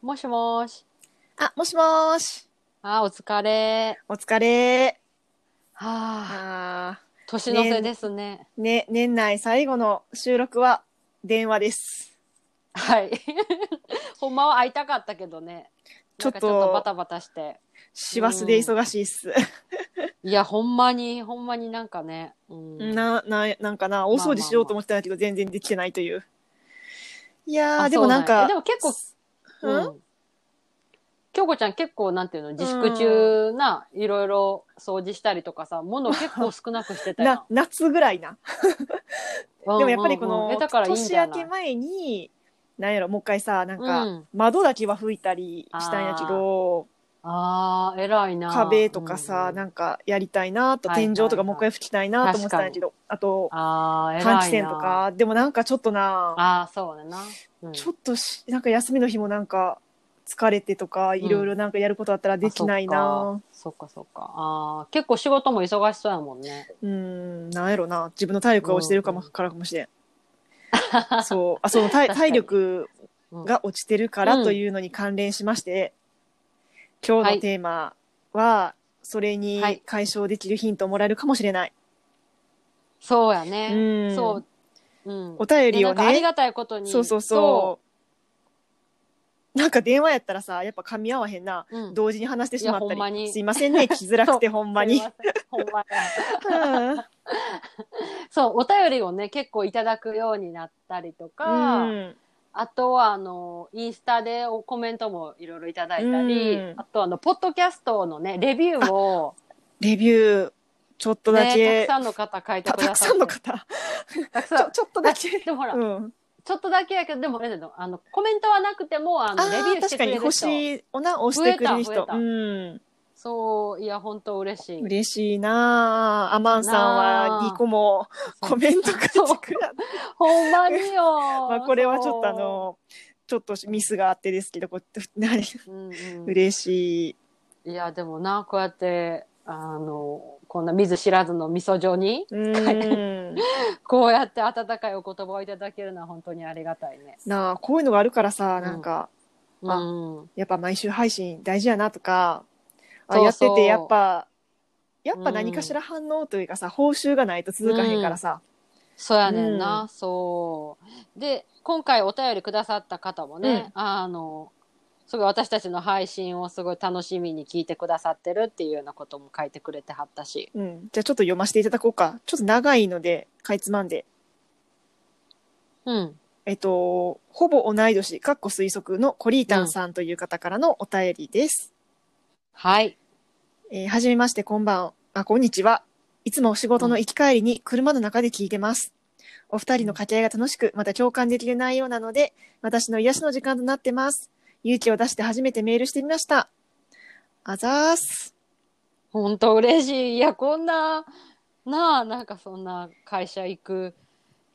もしもーし。あ、もしもーし。あー、お疲れ。お疲れ。はあ、あ年の瀬ですね。ーね、年内最後の収録は電話です。はい。 ほんまは会いたかったけどね。ちょっなとんかちょっとバタバタして。師走で忙しいっす。いや、ほんまに、ほんまになんかね。うん。な、な、なんかな、大掃除しようと思ってたんだけど、全然できてないという。いやあー、でもなんか、そうやでも結構、うんうん。京子ちゃん結構なんていうの自粛中ないろいろ掃除したりとかさ物結構少なくしてた なよ、夏ぐらいな。うんでもやっぱりこうんうんのえ、だからいいんじ年ゃ明なけい前に、なんやろ、もう一回さ、なんか、うん窓だけは拭いたりしたんやけど、あー偉いな壁とかさ、うんうんなんかやりたいなと、はいはいはい天井とかもう一回拭きたいなと思ってたんやけど、あと、あー偉いな換気扇とかでもなんかちょっとなああそうだな、うんちょっとしなんか休みの日もなんか疲れてとかいろいろなんかやることあったらできないなあそっかそっかそっかあー結構仕事も忙しそうやもんねうんなんやろな自分の体力が落ちてるかも、うんからかもしれんそう あそう体体力が落ちてるからというのに関連しまして、今日のテーマはそれにはい解消できるヒントをもらえるかもしれない、そうやね、うんそう、うん、お便でりなをんかありねがたいことにそうそうそうなんか電話やったらさやっぱ噛み合わへんなそう、うん、同時に話してしまっいやほんたまりにすいませ んね聞きづらくてほんまにすいせんほんまや うんそうお便りをね結構いただくようになったりとか、 うんあとはあのインスタでおコメントもいろいろいただいたり、うんあとあのポッドキャストのねレビューを、レビューちょっとだねけ、たくさんの方書いてたくただくささんのって方たくちさんょちょっとだけ、でもほら、うん、ちょっとだけやけどでもあれだよあのコメントはなくてもああのレビューーして確くかれにる人星をな押してくれる増え人たう増んそういや本当嬉しい嬉しいなあアマンさんはなあ2個もコメント書いてそうくれたほんまによ まあこれはちょっとあ、のちょっとミスがあってですけどこう何そううんうん嬉しいいやでもなこうやってあのこんな見ず知らずの味噌状にうんこうやって温かいお言葉をいただけるのは本当にありがたいね。 なあこういうのがあるからさなんか、あうん、やっぱ毎週配信大事やなとか、あそうやっそうててやっぱ、やっぱ何かしら反応というかさ、報酬がないと続かへんからさ。そうやねんな、そう。で今回お便りくださった方もね、あのすごい私たちの配信をすごい楽しみに聞いてくださってるっていうようなことも書いてくれてはったし。うん。じゃあちょっと読ませていただこうか。ちょっと長いので、かいつまんで。うん。えっと、ほぼ同い年、かっこ推測のコリータンさんという方からのお便りです。はい。えーはじめまして、こんばん、あ、こんにちは。いつも仕事の行き帰りに車の中で聞いてます。お二人の掛け合いが楽しく、また共感できる内容なので、私の癒しの時間となってます。勇気を出して初めてメールしてみました。あざーす。本当嬉しい。いや、こんな、なあ、なんかそんな会社行く、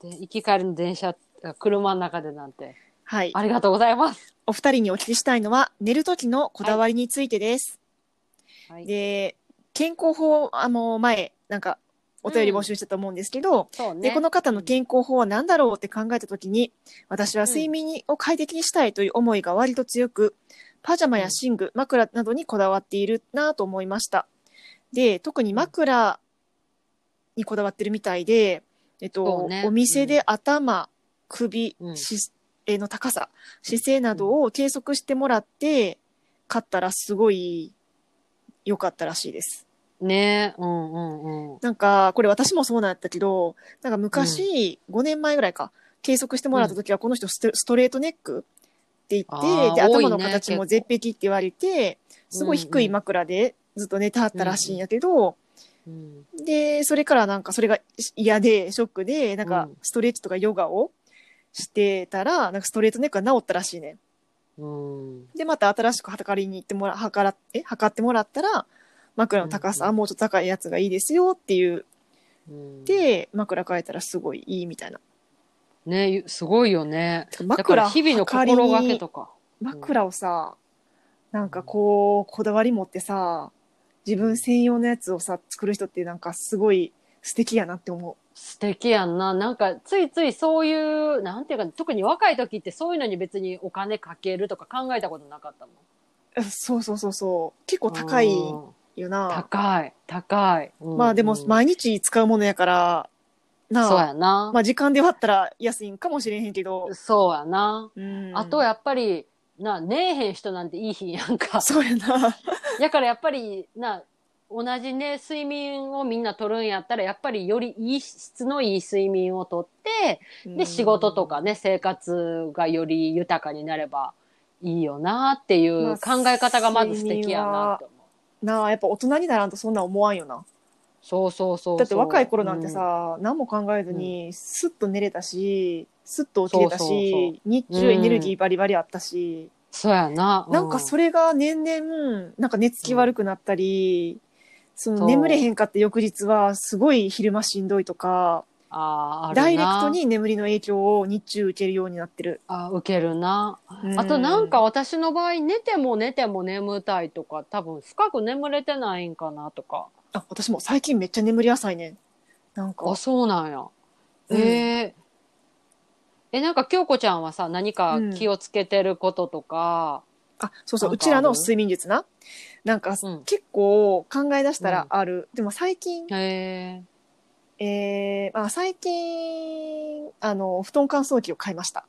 で行き帰りの電車、車の中でなんて。はい。ありがとうございます。お二人にお聞きしたいのは、寝る時のこだわりについてです。はい、で、健康法、あの、前、なんか、お便り募集したと思うんですけど、そうね。で、この方の健康法は何だろうって考えたときに、私は睡眠にを快適にしたいという思いが割と強く、パジャマや寝具、枕などにこだわっているなぁと思いました。で、特に枕にこだわってるみたいで、えっそと、うねお店うでん頭、首、うんしえの高さ、姿勢などを計測してもらって、買ったらすごい良かったらしいです。ねうんうんうん。なんか、これ私もそうなんやったけど、なんか昔、5年前ぐらいか、計測してもらった時は、この人ストストレートネックって言あって、ーで、多いね頭の形も絶壁って言われて、構すごい低い枕でずっと寝てはったらしいんやけど、うん、で、それからなんかそれが嫌で、ショックで、なんかうんストレッチとかヨガをしてたら、なんかストレートネックが治ったらしいね。うん。で、また新しく測りに行ってもら、測ら、え、測ってもらったら、枕の高さ、うんもうちょっと高いやつがいいですよっていううん、で枕変えたらすごいいいみたいなねゆすごいよね。だか枕ら日々の心がけとか。枕をさなんかこうこだわり持ってさ自分専用のやつをさ作る人ってなんかすごい素敵やなって思う素敵やんな。なんか、ついついそういう、なんていうか、特に若い時ってそういうのに別にお金かけるとか考えたことなかったもん。うんそうそうそうそう。結構高いうんよな。高い、高い。うんまあでもうん毎日使うものやから、なそうあ、やな。まあ時間で割ったら安いんかもしれへんけど。そうやな。うんあとやっぱり、な、ねえへん人なんていい日やんか。そうやな。やからやっぱり、な、同じね、睡眠をみんな取るんやったら、やっぱりよりいい質のいい睡眠をとって、で、仕事とかね。ね、生活がより豊かになればいいよなっていうまあ考え方がまず素敵やなって思う。なあ、やっぱ大人にならんとそんなん思わんよな。そうそうそうそう。だって若い頃なんてさ、何も考えずにスッと寝れたし、スッと起きれたしそうそうそ日中エネルギーバリバリあったし、うん、そうやな。なんかそれが年々なんか寝つき悪くなったり、そそのう眠れへんかって翌日はすごい昼間しんどいとかうんあーあるなダイレクトに眠りの影響を日中受けるようになってる、あ受けるな。あとなんか私の場合寝ても寝ても眠たいとか多分深く眠れてないんかなとかあ私も最近めっちゃ眠り浅いねなんかあそうなんや、うんえーえなんか京子ちゃんはさ何かうん気をつけてることとか、あそうそうなうんかあちるらの睡眠術ななんか、うん結構考え出したらある、でも最近へええーまあ、最近あの布団乾燥機を買いました、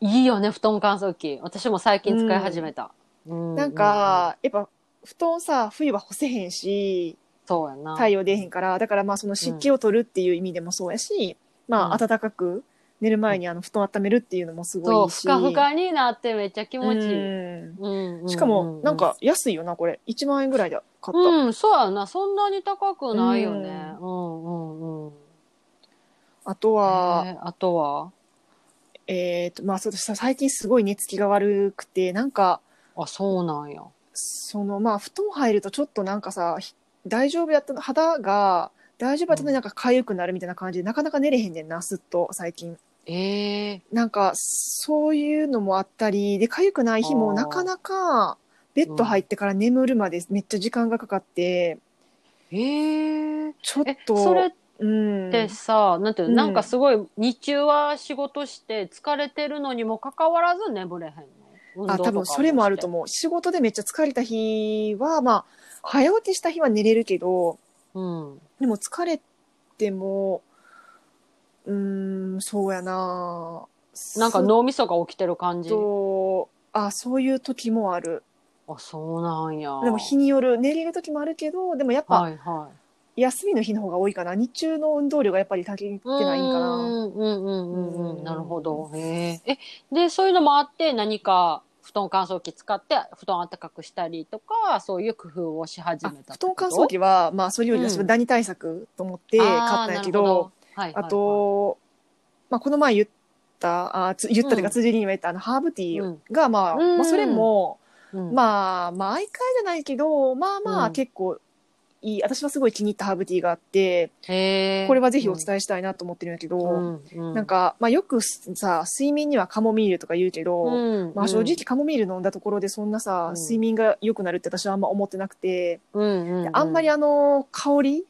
いいよね布団乾燥機私も最近使い始めた、うなんか、やっぱ布団さ冬は干せへんしそうやな、太陽出えへんからだからまあその湿気を取るっていう意味でもそうやし、まあうん暖かく寝る前にあの布団温めるっていうのもすごいそいういしふかふかになってめっちゃ気持ちいい、うんうんうんうんしかもなんか安いよなこれ1万円ぐらいで買った、うんそうやなそんなに高くないよね、うん、うんうんあとは、えーあとはえーとまあ、そうさ最近すごい寝つきが悪くてなんかあそうなんやそのまあ布団入るとちょっとなんかさひ大丈夫やったの肌が大丈夫やったのになんか痒くなるみたいな感じで、なかなか寝れへんねんなすっと最近ええなんかそういうのもあったりで痒くない日もあーなかなかベッド入ってから眠るまでめっちゃ時間がかかって、ええちょっえとそれっうんてさ、なんていうの、うんなんかすごい日中は仕事して疲れてるのにもかかわらず眠れへんの運動とあか多分それもあると思う仕事でめっちゃ疲れた日はまあ早起きした日は寝れるけどう、うん、でも疲れても、うーん、そうやななんか脳みそが起きてる感すじっと、あ、そういう時もある。あそうなんやでも日による、寝れる時もあるけど、でもやっぱはいはい休みの日の方が多いかな。日中の運動量がやっぱり足りてないんかうな。んうんうんうんううんんなるほどへええでそういうのもあって何か布団乾燥機使って布団暖かくしたりとかそういう工夫をし始あめた布団乾燥っ機は、まあ、それより私はダニ対策と思ってて買ことったんやけど、あーなるほはいはいあはいと、まあ、この前言った、あつ言ったというか、辻りにも言ったあの、ハーブティーが、まあ、うんまあ、それも、うんまあ、毎回じゃないけど、まあまうあん結構いい、私はすごい気に入ったハーブティーがあって、へえこれはぜひお伝えしたいなと思ってるんだけど、うんうんなんか、まあよくさ、睡眠にはカモミールとか言うけど、うんまあ正直カモミール飲んだところでそんなさ、うん睡眠が良くなるって私はあんま思ってなくて、うんうんうんあんまりあの、香り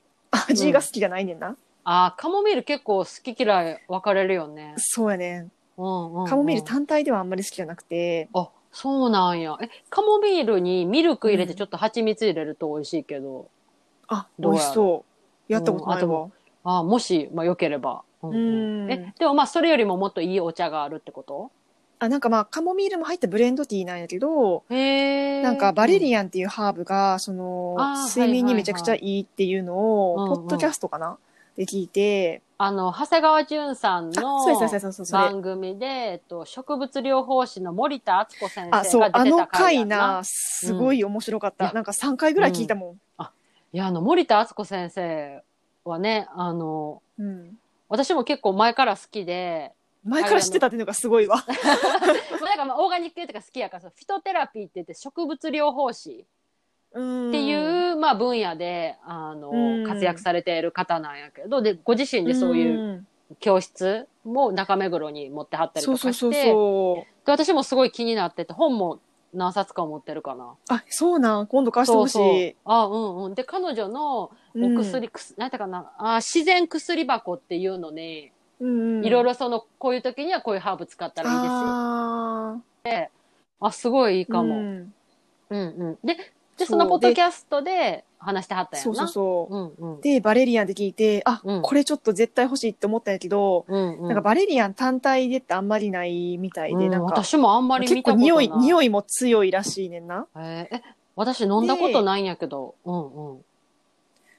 味が好きじゃないねんな。あーカモミール結構好き嫌い分かれるよね、そうやねん。うんうんうんカモミール単体ではあんまり好きじゃなくて、あそうなんやえカモミールにミルク入れてうんちょっと蜂蜜入れると美味しいけど、あ、美どうや味ろうしそう。やったことないうんあわ。あーもし、まあ、よければ、ううんえでもまあそれよりももっといいお茶があるってことあ、なんかまあカモミールも入ったブレンドティーなんやけど、へえなんかバレリアアンっていうハーブがそのあー睡眠にめちゃくちゃいいっていうのはいはいをはいポッドキャストかなで聞いてあの長谷川淳さんあのそうですそうですそうですそれ番組で、えっと、植物療法士の森田敦子先あ生そうが出あてのた回や回んななすごい面白かっいたやなんか3回ぐらい聞いたもいやあの森田敦子先生はねあのんうん私も結構前から好きで、 前から知ってたっていうのがすごいわまあ、なんかまあオーガニック系とか好きやからさフィトテラピーって言って植物療法士っっていう、まあ、分野であの、うん活躍されている方なんやけどでご自身でそういううん教室も中目黒に持ってはったりそとうそかうして、そうそうで私もすごい気になってて本も何冊か持ってるかな。あ、そうなん。今度貸してそほうしそうい。。あ、うんうん。で、彼女のお薬、くすなんていうかな、あ自然薬箱っていうのね、うん、いろいろろその、こういう時にはこういうハーブ使ったらいいですよ。あーあ、すごいいいかも。ううんんうん。で、そで、うそのポッドキャストで話してはったやんそな。うそうそう。うんうん。で、バレリアンで聞いて、あ、うんこれちょっと絶対欲しいって思ったんやけど、うんうん、なんかバレリアン単体でってあんまりないみたいで、うんなんか、私もあんまり結見た構こと匂ない。い、匂いも強いらしいねんな。えーえ、私飲んだことないんやけど。うんうん。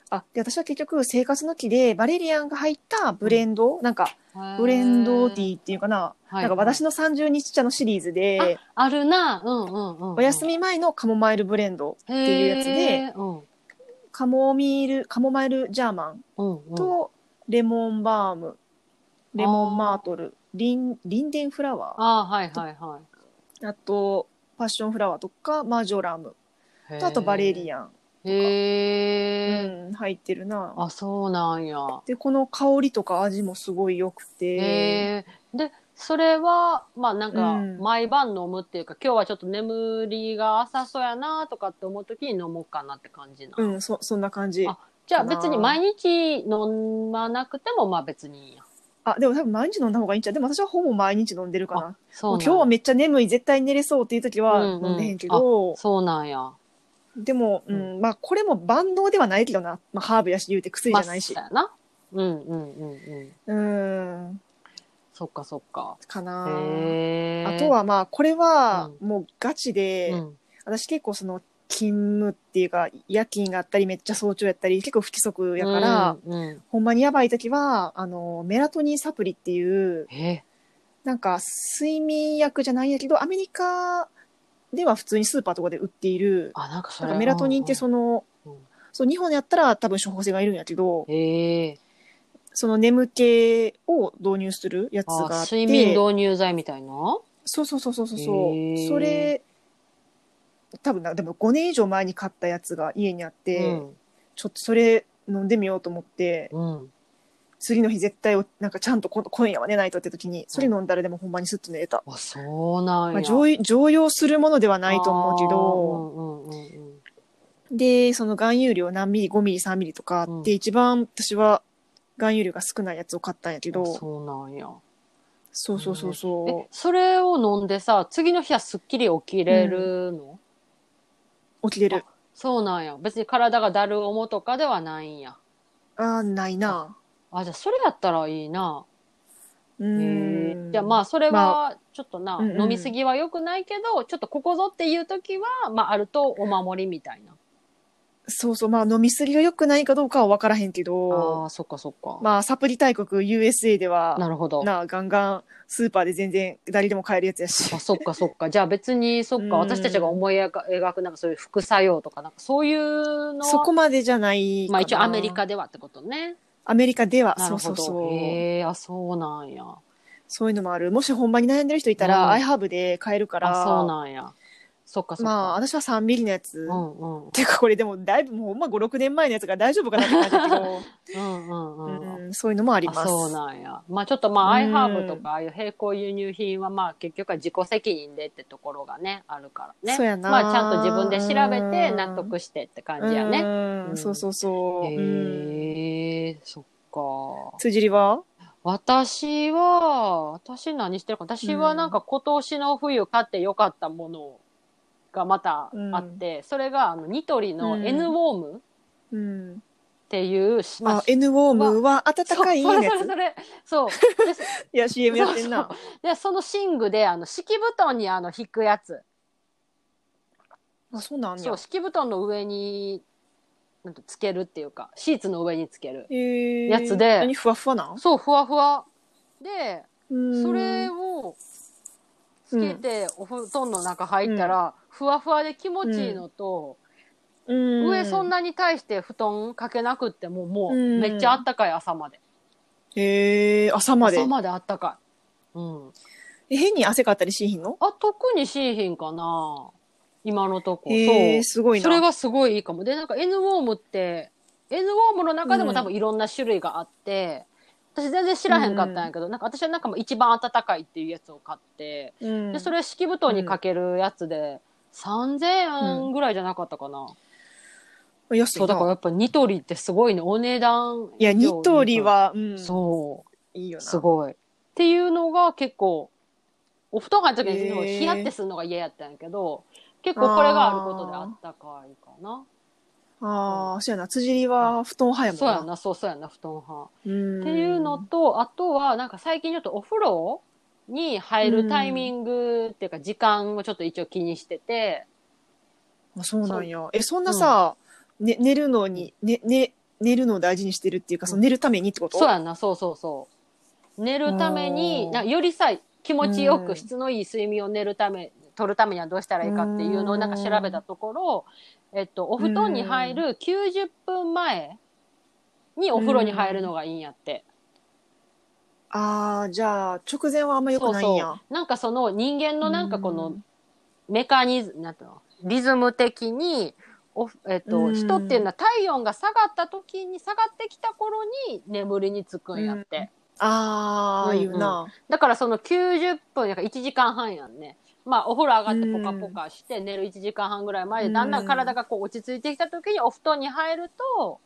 あ、で、私は結局生活の木でバレリアンが入ったブレンド、なんか、ブレンドティー。ィーっていうかな、はいなんか私の30日茶のシリーズで、あるな。うんうんうん。お休っみ前のカモマイルブレンド、ていうやつでうんカモミール、カモマイルジャーマンうんうん。と、レモンバーム、レモンマートル、リン、リンデンフラワー、ああ、はいはいはあと、パッションフラワーとか、マジョラム、い。とあとバレアリアン、へえ。うん、入ってるな。あ、そうなんや。で、この香りとか味もすごい良くて、へえ。で、それは、まあなんかう、ん毎晩飲むっていうか、今日はちょっと眠りが浅そうやなとかって思うときに飲もうかなって感じな。うん、そ、そんな感じ。ああ、じゃあ別に毎日飲まなくても、まあ別にいいや。でも多分毎日飲んだ方がいいんちゃうでも私はほぼ毎日飲んでるかな。そうなんや今日はめっちゃ眠い、絶対寝れそうっていう時はうんうん飲んでへんけど、そうなんや。でも、うん、まあこれも万能ではないけどな。まあハーブやし、言うて薬じゃないし。まあそうやな。うんうんうんうん。うん、そっかそっか。かな。へーあと、はまあこれはうもうガチうで、ん、私結構その勤務っていうか夜勤があったりめっちゃ早朝やったり結構不規則やから、うんうんほんまにやばい時はあのメラトニンサプリっていうえなんか睡眠薬じゃないんやけどアメリカでは普通にスーパーとかで売っているあ、なんかそなんれ。かメラトニンってその、うんうんそう日本でやったら多分処方箋がいるんやけどうん。へえその眠気を導入するやつあがあって睡眠導入剤みたいなそうそうそうそうそうそへーうそれ多分なでも5年以上前に買ったやつが家にあって、ちょっとそれ飲んでみようと思ってうん。うん。次の日絶対おなんかちゃんと今今夜は寝ないとって時にそれ飲んだらでもほんまにスッと寝れた、あ、そうなんや。まあ、常常用するものではあーないと思うけど、うんうんうんうん。でその含有量何ミリ5ミリ3ミリとかあって、う一番私は含有量が少ないやつを買ったんやけどあそうなんや。そうそうそうえそ、それを飲んでさ、次の日はすっきり起きれるの、う起きれるそうなんや。別に体がだる重とかではないんや。あーないなあ、じゃあそれやったらいいな。うへんーじゃあまあそれまはちょっとな、うんうん飲みすぎは良くないけど、ちょっとここぞっていう時は、まああるとお守りみたいな。そうそうまあ飲みすぎが良くないかどうかは分からへんけあどあ、そっかそっか。まあサプリ大国 USA ではなるほど。なあガンガンスーパーで全然誰でも買えるやつやしあそっかそっか。じゃあ別に、そっうんか、私たちが思い描くなんかそういう副作用とか、なんかそういうのは、 そこまでじゃないかなまあ一応アメリカではってことね。アメリカではなそるうそほうど。そうへえ、あ、そうなんや。そういうのもあるもしほんまに悩んでる人いたら、うん iHerb で買えるからあ、そうなんや。そっかそっか。まあ私は3ミリのやつ、うんうん。ていうかこれでもだいぶもうほんま56年前のやつが大丈夫かなって感じだ けど、うんうんううんうん。んうん、そういうのもありますあそうなんや。まあちょっとまあ、アうイんハーブとか、ああいう並行輸入品はまあ結局は自己責任でってところがね、あるからね。そうやなまあちゃんと自分で調べてうん納得してって感じやね。うんそうそうそう、うんへえ、そっか。辻りは私は、私何してるか、私はなんか今年の冬買ってよかったものがまたあって、それがあのニトリのうん N ウォームっうん、ていう、まあ、N ウォームは暖そうかいそやれそれつそれ。そう。いや CM やってんなそうで、その寝具で、あの、敷布団にあの、引くやつ。あそうなんそやう、敷布団の上に、なんてつけるっていうか、シーツの上につける。へーやつで何ふわふわなんそう、ふわふわ。で、それををつけて、お布団の中入ったら、ふわふわで気持ちいいのと、上そんななに対して布団かけなくっても、もう、うんめっちゃあったかい、朝まで。へえ朝まで朝まであったかい。うん。え変に汗かったりしひんのあ、特にしーひんかな。今のとこ。へそえう。すごいなそれがすごいいいかも。で、なんか N ウォームって、N ウォームの中でも多分いろんな種類があって、私全然知らへんかったんやけど、なんか私はなんかもう一番暖かいっていうやつを買って、うんで、それ敷布団にかけるやつで、 3000円ぐらいじゃなかったかな。安いそう、なだからやっぱニトリってすごいね、お値段。いや、ニトリ。は、うん、そいいよう、な。すごい。っていうのが結構、お布団入った時にすごいへーヒヤってするのが嫌やったんやけど、結構これがあることであったかいかな。ああ、そうやな。辻りは布団早もんそうや。な、そうそうやな、布団派。うん。っていうのと、あとは、なんか最近ちょっとお風呂に入るタイミングっていうか時間をちょっと一応気にしてて、あそうなんや。え、そんなさ、ね、寝るのに、ね、ね、寝るのを大事にしてるっていうか、その寝るためにってことそうやんな、そうそうそう。寝るためうに、んなよりさ、気持ちようんく質のいい睡眠を寝るため、取るためにはどうしたらいいかっていうのをなんか調べたところ、えっと、お布団に入る90分前にお風呂に入るのがいいんやって。ああ、じゃあ、直前はあんま良くないんや。う。なんかその人間のなんかこのメカニズム、なんていうのリズム的に、おえっうと、ん人っていうのは体温が下がった時に、下がってきた頃に眠りにつくんやって。うんああ、うんうん言うな。だからその90分やから1時間半やんね。まあお風呂上がってポカポカして寝る1時間半ぐらい前うで、んだんだん体がこう落ち着いてきた時にお布団に入ると、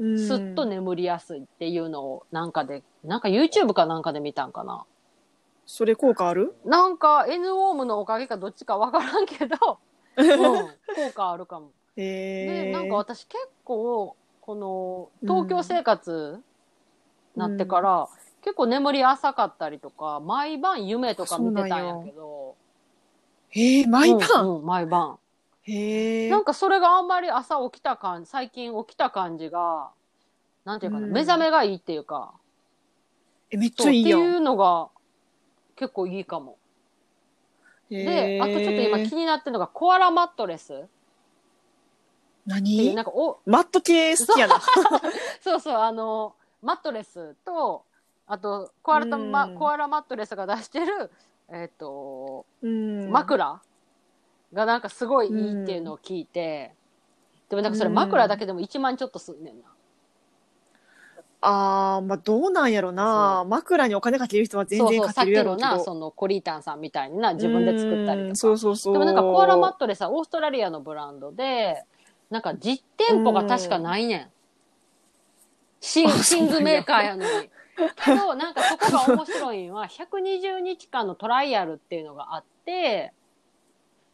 うんすっと。眠りやすいっていうのをなんかで、なんか YouTube かなんかで見たんかな。それ効果あるなんか N ウォームのおかげかどっちかわからんけど、 うん、効果あるかも。へでえ。なんか私結構この東京生活なってから、結構眠り浅かったりとか毎晩夢とか見てたんやけどへえ、毎う晩。んうん毎晩へえ。なんかそれがあんまり朝起きた感じ最近起きた感じがなんていうかな、うん目覚めがいいっていうかえ、めっちそゃうっいていいやん。うのが結構いいかもへでーあとちょっと今気になってるのがコアラマットレスっていう何なんかおマット系好きやな。そうそう、あの、マットレスと、あと、コアラと、ま、うんコアラマットレスが出してる、えっ、と、うん。 枕がなんかすごいいいっていうのを聞いて、でもなんかそれ枕だけでも1万ちょっとすんねんな。ああ、まあどうなんやろな。枕にお金かける人は全そう然そう、かさっきけるやろのうけど。な、そのコリータンさんみたいにな、自分で作ったりとうか。んそうそうそう。でもなんかコアラマットレスはオーストラリアのブランドで、なんか実店舗が確かないねん。シンあそうシなンんやグメーカーやのに。けど、なんかそこが面白いのは、120日間のトライアルっていうのがあって、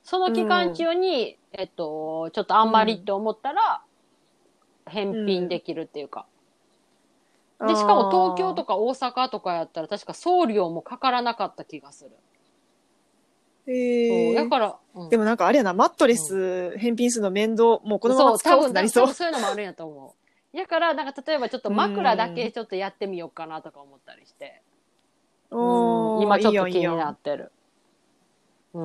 その期間中に、えっと、ちょっとあんまりって思ったら、返品できるっていうか。で、しかも東京とか。か大阪とかやったら確か送料もかからなかった気がする。へそえう。だから、うんでもなんかあれやな、マットレス返品するの面倒、もうこのまま使おうってなりそう多分多分。そういうのもあるんやと思う。だから、なんか例えばちょっと枕だけちょっとやってみようかなとか思ったりして。おー今ちょっといいい気やんにいいやんなってる。ううー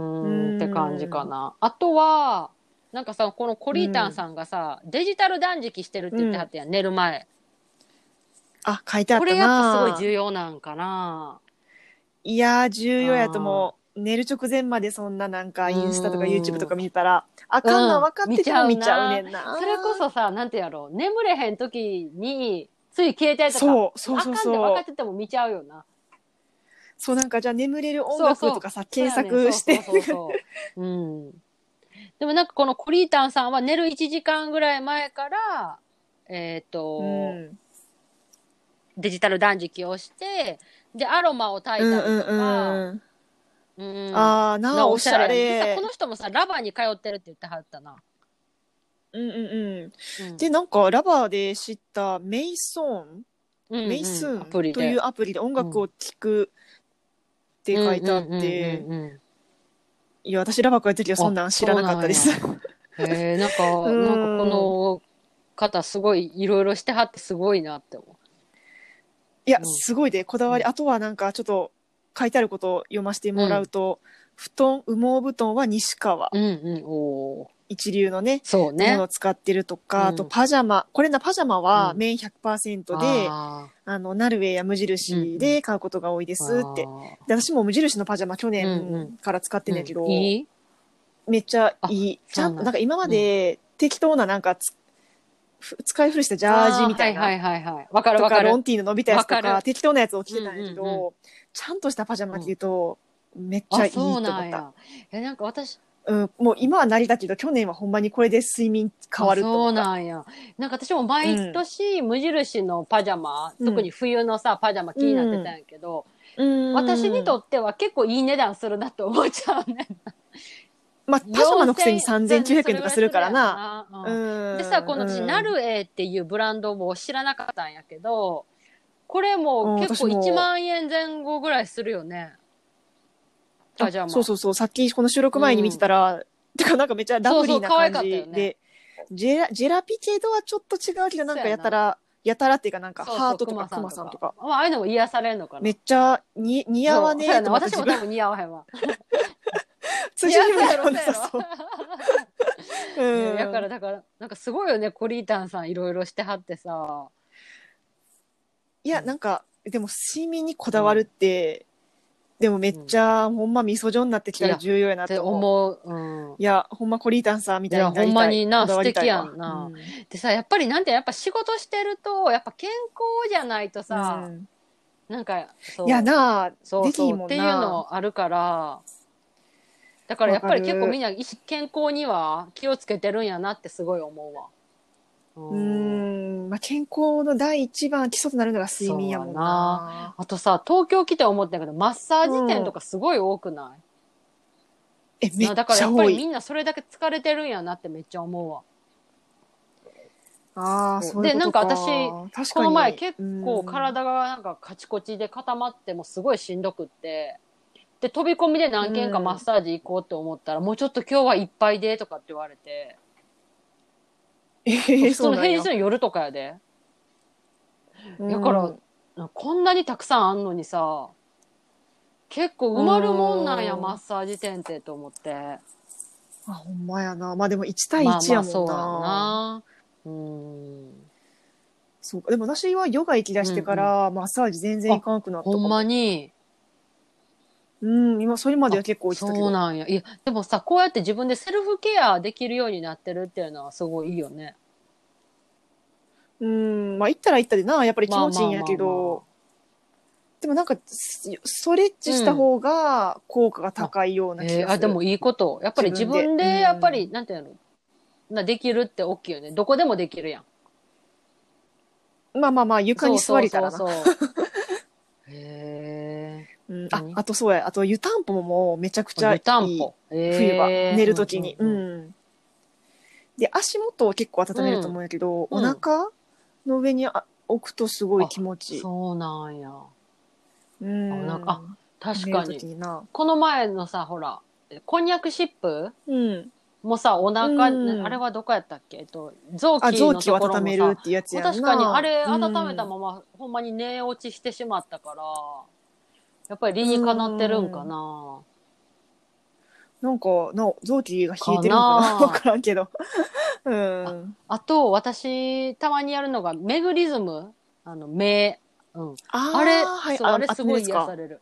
ん、んって感じかな。あとは、なんかさ、このコリータンさんがさ、デジタル断食してるって言ってはったやん、寝る前。あ、書いてあっこたれやっな。ぱすごい重要なんかな。いやー、重要やともう、寝る直前までそんななんか、うんインスタとか YouTube とか見てたら、あかんな、うん分かってたら見見ちちゃゃううねなんな。それこそさ、なんてやろう、眠れへん時に、つい携帯とか、そう、そうそあかうんって分そかうっ。てても見ちゃうよな。そう、なんかじゃあ眠れる音楽とかさ、検索して。そうやねんそうそうそうそううん。でもなんかこのコリータンさんは寝る1時間ぐらい前から、えっ、と、うんデジタル断食をして、で、アロマを炊ういんたりうとか、んうん。うんあー、なあ、おしゃでされこ。の人もさ、ラバーに通ってるって言ってはったな。うんうんうん。うんで、なんか、ラバーで知ったメイソンうんうんメイスーアプリンでというアプリで音楽を聴くって書いてあっうてん、うんうんうんいや、私ラバー書いてる時はそんなん知らなかったです。うんへえなん か、んなんかこの方すごいいろいろしてはってすごいなって思う。いや、うんすごいで、こだわり。うんあとはなんか、ちょっと書いてあることを読ませてもらうと、布団、羽毛布団は西川、うんうん、おー一流のね、そうもねのを。使ってるとうか、あんとパジャマ、これな、パジャマはうん綿100%で、ああの、ナルウェイや無印で買うことが多いでーすって。あーで私も無印のパジャマ去うんう年から使ってんだけど、うんいいめっちゃいい。あちゃんと、そうなんだなんか今まで適当ななんかつ、ふ使い古したジャージみたいあーはな。いはいはいはい。わかるとわかか、ロンる。ティーの伸びたやつとわかか、る適当なやつを着てたんやけど、うんうんちゃんとしたパジャマ着ると、めっちゃいあ、いとそ思うっなんた。や。え、なんか私、うん、もう今はなりだけど、去年はほんまにこれで睡眠変わるとそ思うった。なんや。なんか私も毎年無印のパジャマ、うん特に冬のさ、パジャマ気になってたんやけど、うん私にとっては結構いい値段するなって思っちゃうね。まあ、パジャマのくせに3900円とかするからな。なううんんでさ、この私、ナうんルエっていうブランドも知らなかったんやけど、これもうん結構私も1万円前後ぐらいするよね。パジャマ。そうそうそう、さっきこの収録前に見てたら、てかなんかめっちゃラブリーなそうそう可愛か感ったじよねで、ジェラジェラピケとはちょっと違うけど、なんかやたら、やたらっていうかなんかそうそうハートと熊かクマさんとか。まあ、ああいうのも癒されんのかな。めっちゃに似合わねそうえやとな思って私自も分多分似合わへんわ。辻にも似合わいなやさそうそねう。だかうらん。だからなんかすごいよねコリータンさんいろいろしてはってさいや、なんか、でも睡眠にこだわるって、でもめっちゃ、ほんま味噌状になってきたら重要やなっってて思う。思う、うん、いや、ほんまコリータンさんみたいになりたい。いやほんまになこだわりたいわ素敵やんな。うんでさやっぱりなんてやっぱ仕事してるとやっぱ健康じゃないとさ、うんなんかそういやなあそうできそひうんもんなっていうのあるからだからやっぱりわかる結構みんな意識健康には気をつけてるんやなってすごい思うわうーん、まあ、健康の第一番基礎となるのが睡眠やもんな。あとさ東京来て思ったけどマッサージ店とかすごい多くない、え、めっなだからちやゃっぱ多りみい。んなそれだけ疲れてるんやなってめっちゃ思うわああ、そういうこでとなんか私確かにこの前結構、体がなんかカチコチで固まってもうすごいしんどくってで飛び込みで何軒かマッサージ行こうって思ったら、もうちょっと今日はいっぱいでとかって言われて、うんえー、そそうのなん平や日の夜とかやでうんだからこんなにたくさんあんのにさ結構埋まるもんなんやうんマッサージ店ってと思ってあ、ほんまやな。まあでも1対まあ1まやあそもんうやな。んなうんそうか。でも私はヨガ行き出してから、マッサージ全然行かなくなったかほも。んまにうん、今、それまでは結構行ってたけそうど。なんや。いや、でもさ、こうやって自分でセルフケアできるようになってるっていうのはすごいいいよね。うん、まあ行ったら行ったでな、やっぱり気持ちいいんやけど。まあまあまあまでもなんか、スストレッチした方が効果が高いような気がすえる。ーあ、でもいいこと。やっぱり自自分で分で、やっぱり、うなんていうのなできるって大きいよね。どこでもできるやん。まあまあまあ、床に座りたらな。そうそうそう そうへえ。うんあ何、あとそうや。あと湯たんぽももうめちゃくちゃい湯い。たんぽ。冬は、へー寝るときに。ううんんうんで、足元を結構温めると思うんやけど、うんお腹の上にあ置くとすごい気持ちいい。そうなんや。うん。あなんか確寝かるときに。にな。この前のさ、ほら、こんにゃくシップうん。もさ、お腹、うんあれはどこやったっけえっと、臓器あ、の臓器とをころもさ温めるっていうやつやんな。確かにあれうん温めたまま、ほんまに寝落ちしてしまったからやっぱり理にかなってるんかな、なんか、な臓器が冷えてかるのかなな わからんけど。 うん。あと私たまにやるのがメグリズムあの目、うん、あーあれはいそうあれすごい癒熱めですさかれる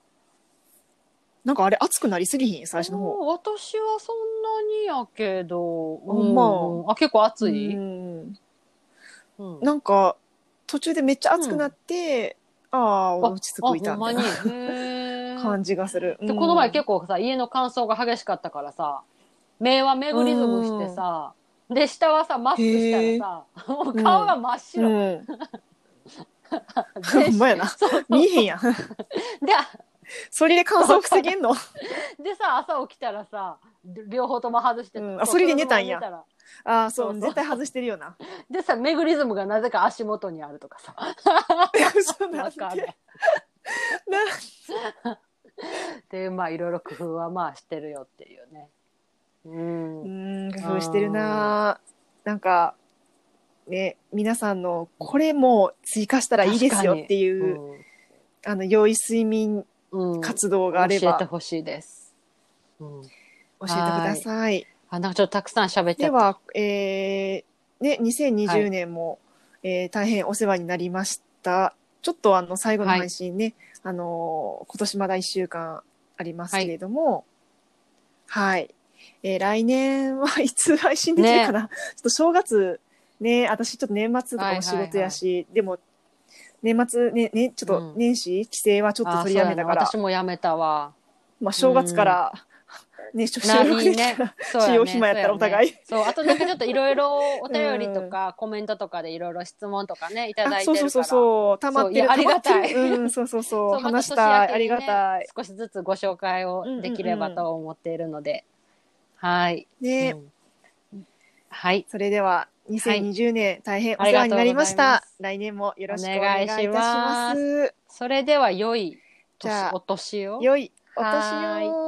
なんかあれ熱くなりすぎひん最初の方。もう私はそんなにやけど、うほんまあ結構熱い、うんうんなんか途中でめっちゃ熱くなって、ああ落ち着いたあみたほんまいになへー 感じがする。でこの前構結構さ家の乾燥が激しかったからさ目はメグリズムしてさで下はさマスクしたらさもう顔が真っう白、ん、全ほん身まやなそう見えへ んやん。でそれで乾燥防げんのでさ朝起きたらさ両方とも外して、うんあそれで寝たんやそうそれで寝ああそそううそう絶対外してる よな。たらでさメグリズムがなぜか足元にあるとかさいや嘘なわんかんてないで まあいろいろ工夫はまあしてるよっていうねうん うん工夫してるななんかね皆さんのこれも追加したらいいですよっていう、あの良い睡眠うんうん活動があれ教えばて教ほしいです、うん、えてくださいあなんかちょっとたくさん喋っちゃでったは、えーね、は2020い年も、えー大変お世話になりました。ちょっとあの最後の配信ね、あのー今年まだ1週間ありますけれども、はい。えー来年はいつ配信できるかな、ちょっと正月、ね、私ちょっと年末とかも仕事やし、でも、年末ね、ね、ちょっうんと年始、帰省はちょっと取りやめたかあら そうやな、私もやめたわ。まあ正月からね、初ナー心フをィでンね きたら。そうやね使用暇やったらお互いそう,、あとなんかちょっといろいろお便りと か、コメントとかでいろいろ質問とかね、いただあいてそるうかそうら。そうそう、溜まってる。そういや溜まってるありがたいうん、そうそうそう、 そう話したい、まあり年明がけにねたい。少しずつご紹介をできればと思っているので、はい、ね、うんはいそれでは、2020年大変お世話になりましあた。りがとうご来年もよろしくお願いいたしお願いしまます。それでは良いじ年ゃあお年を良いおはーい年を。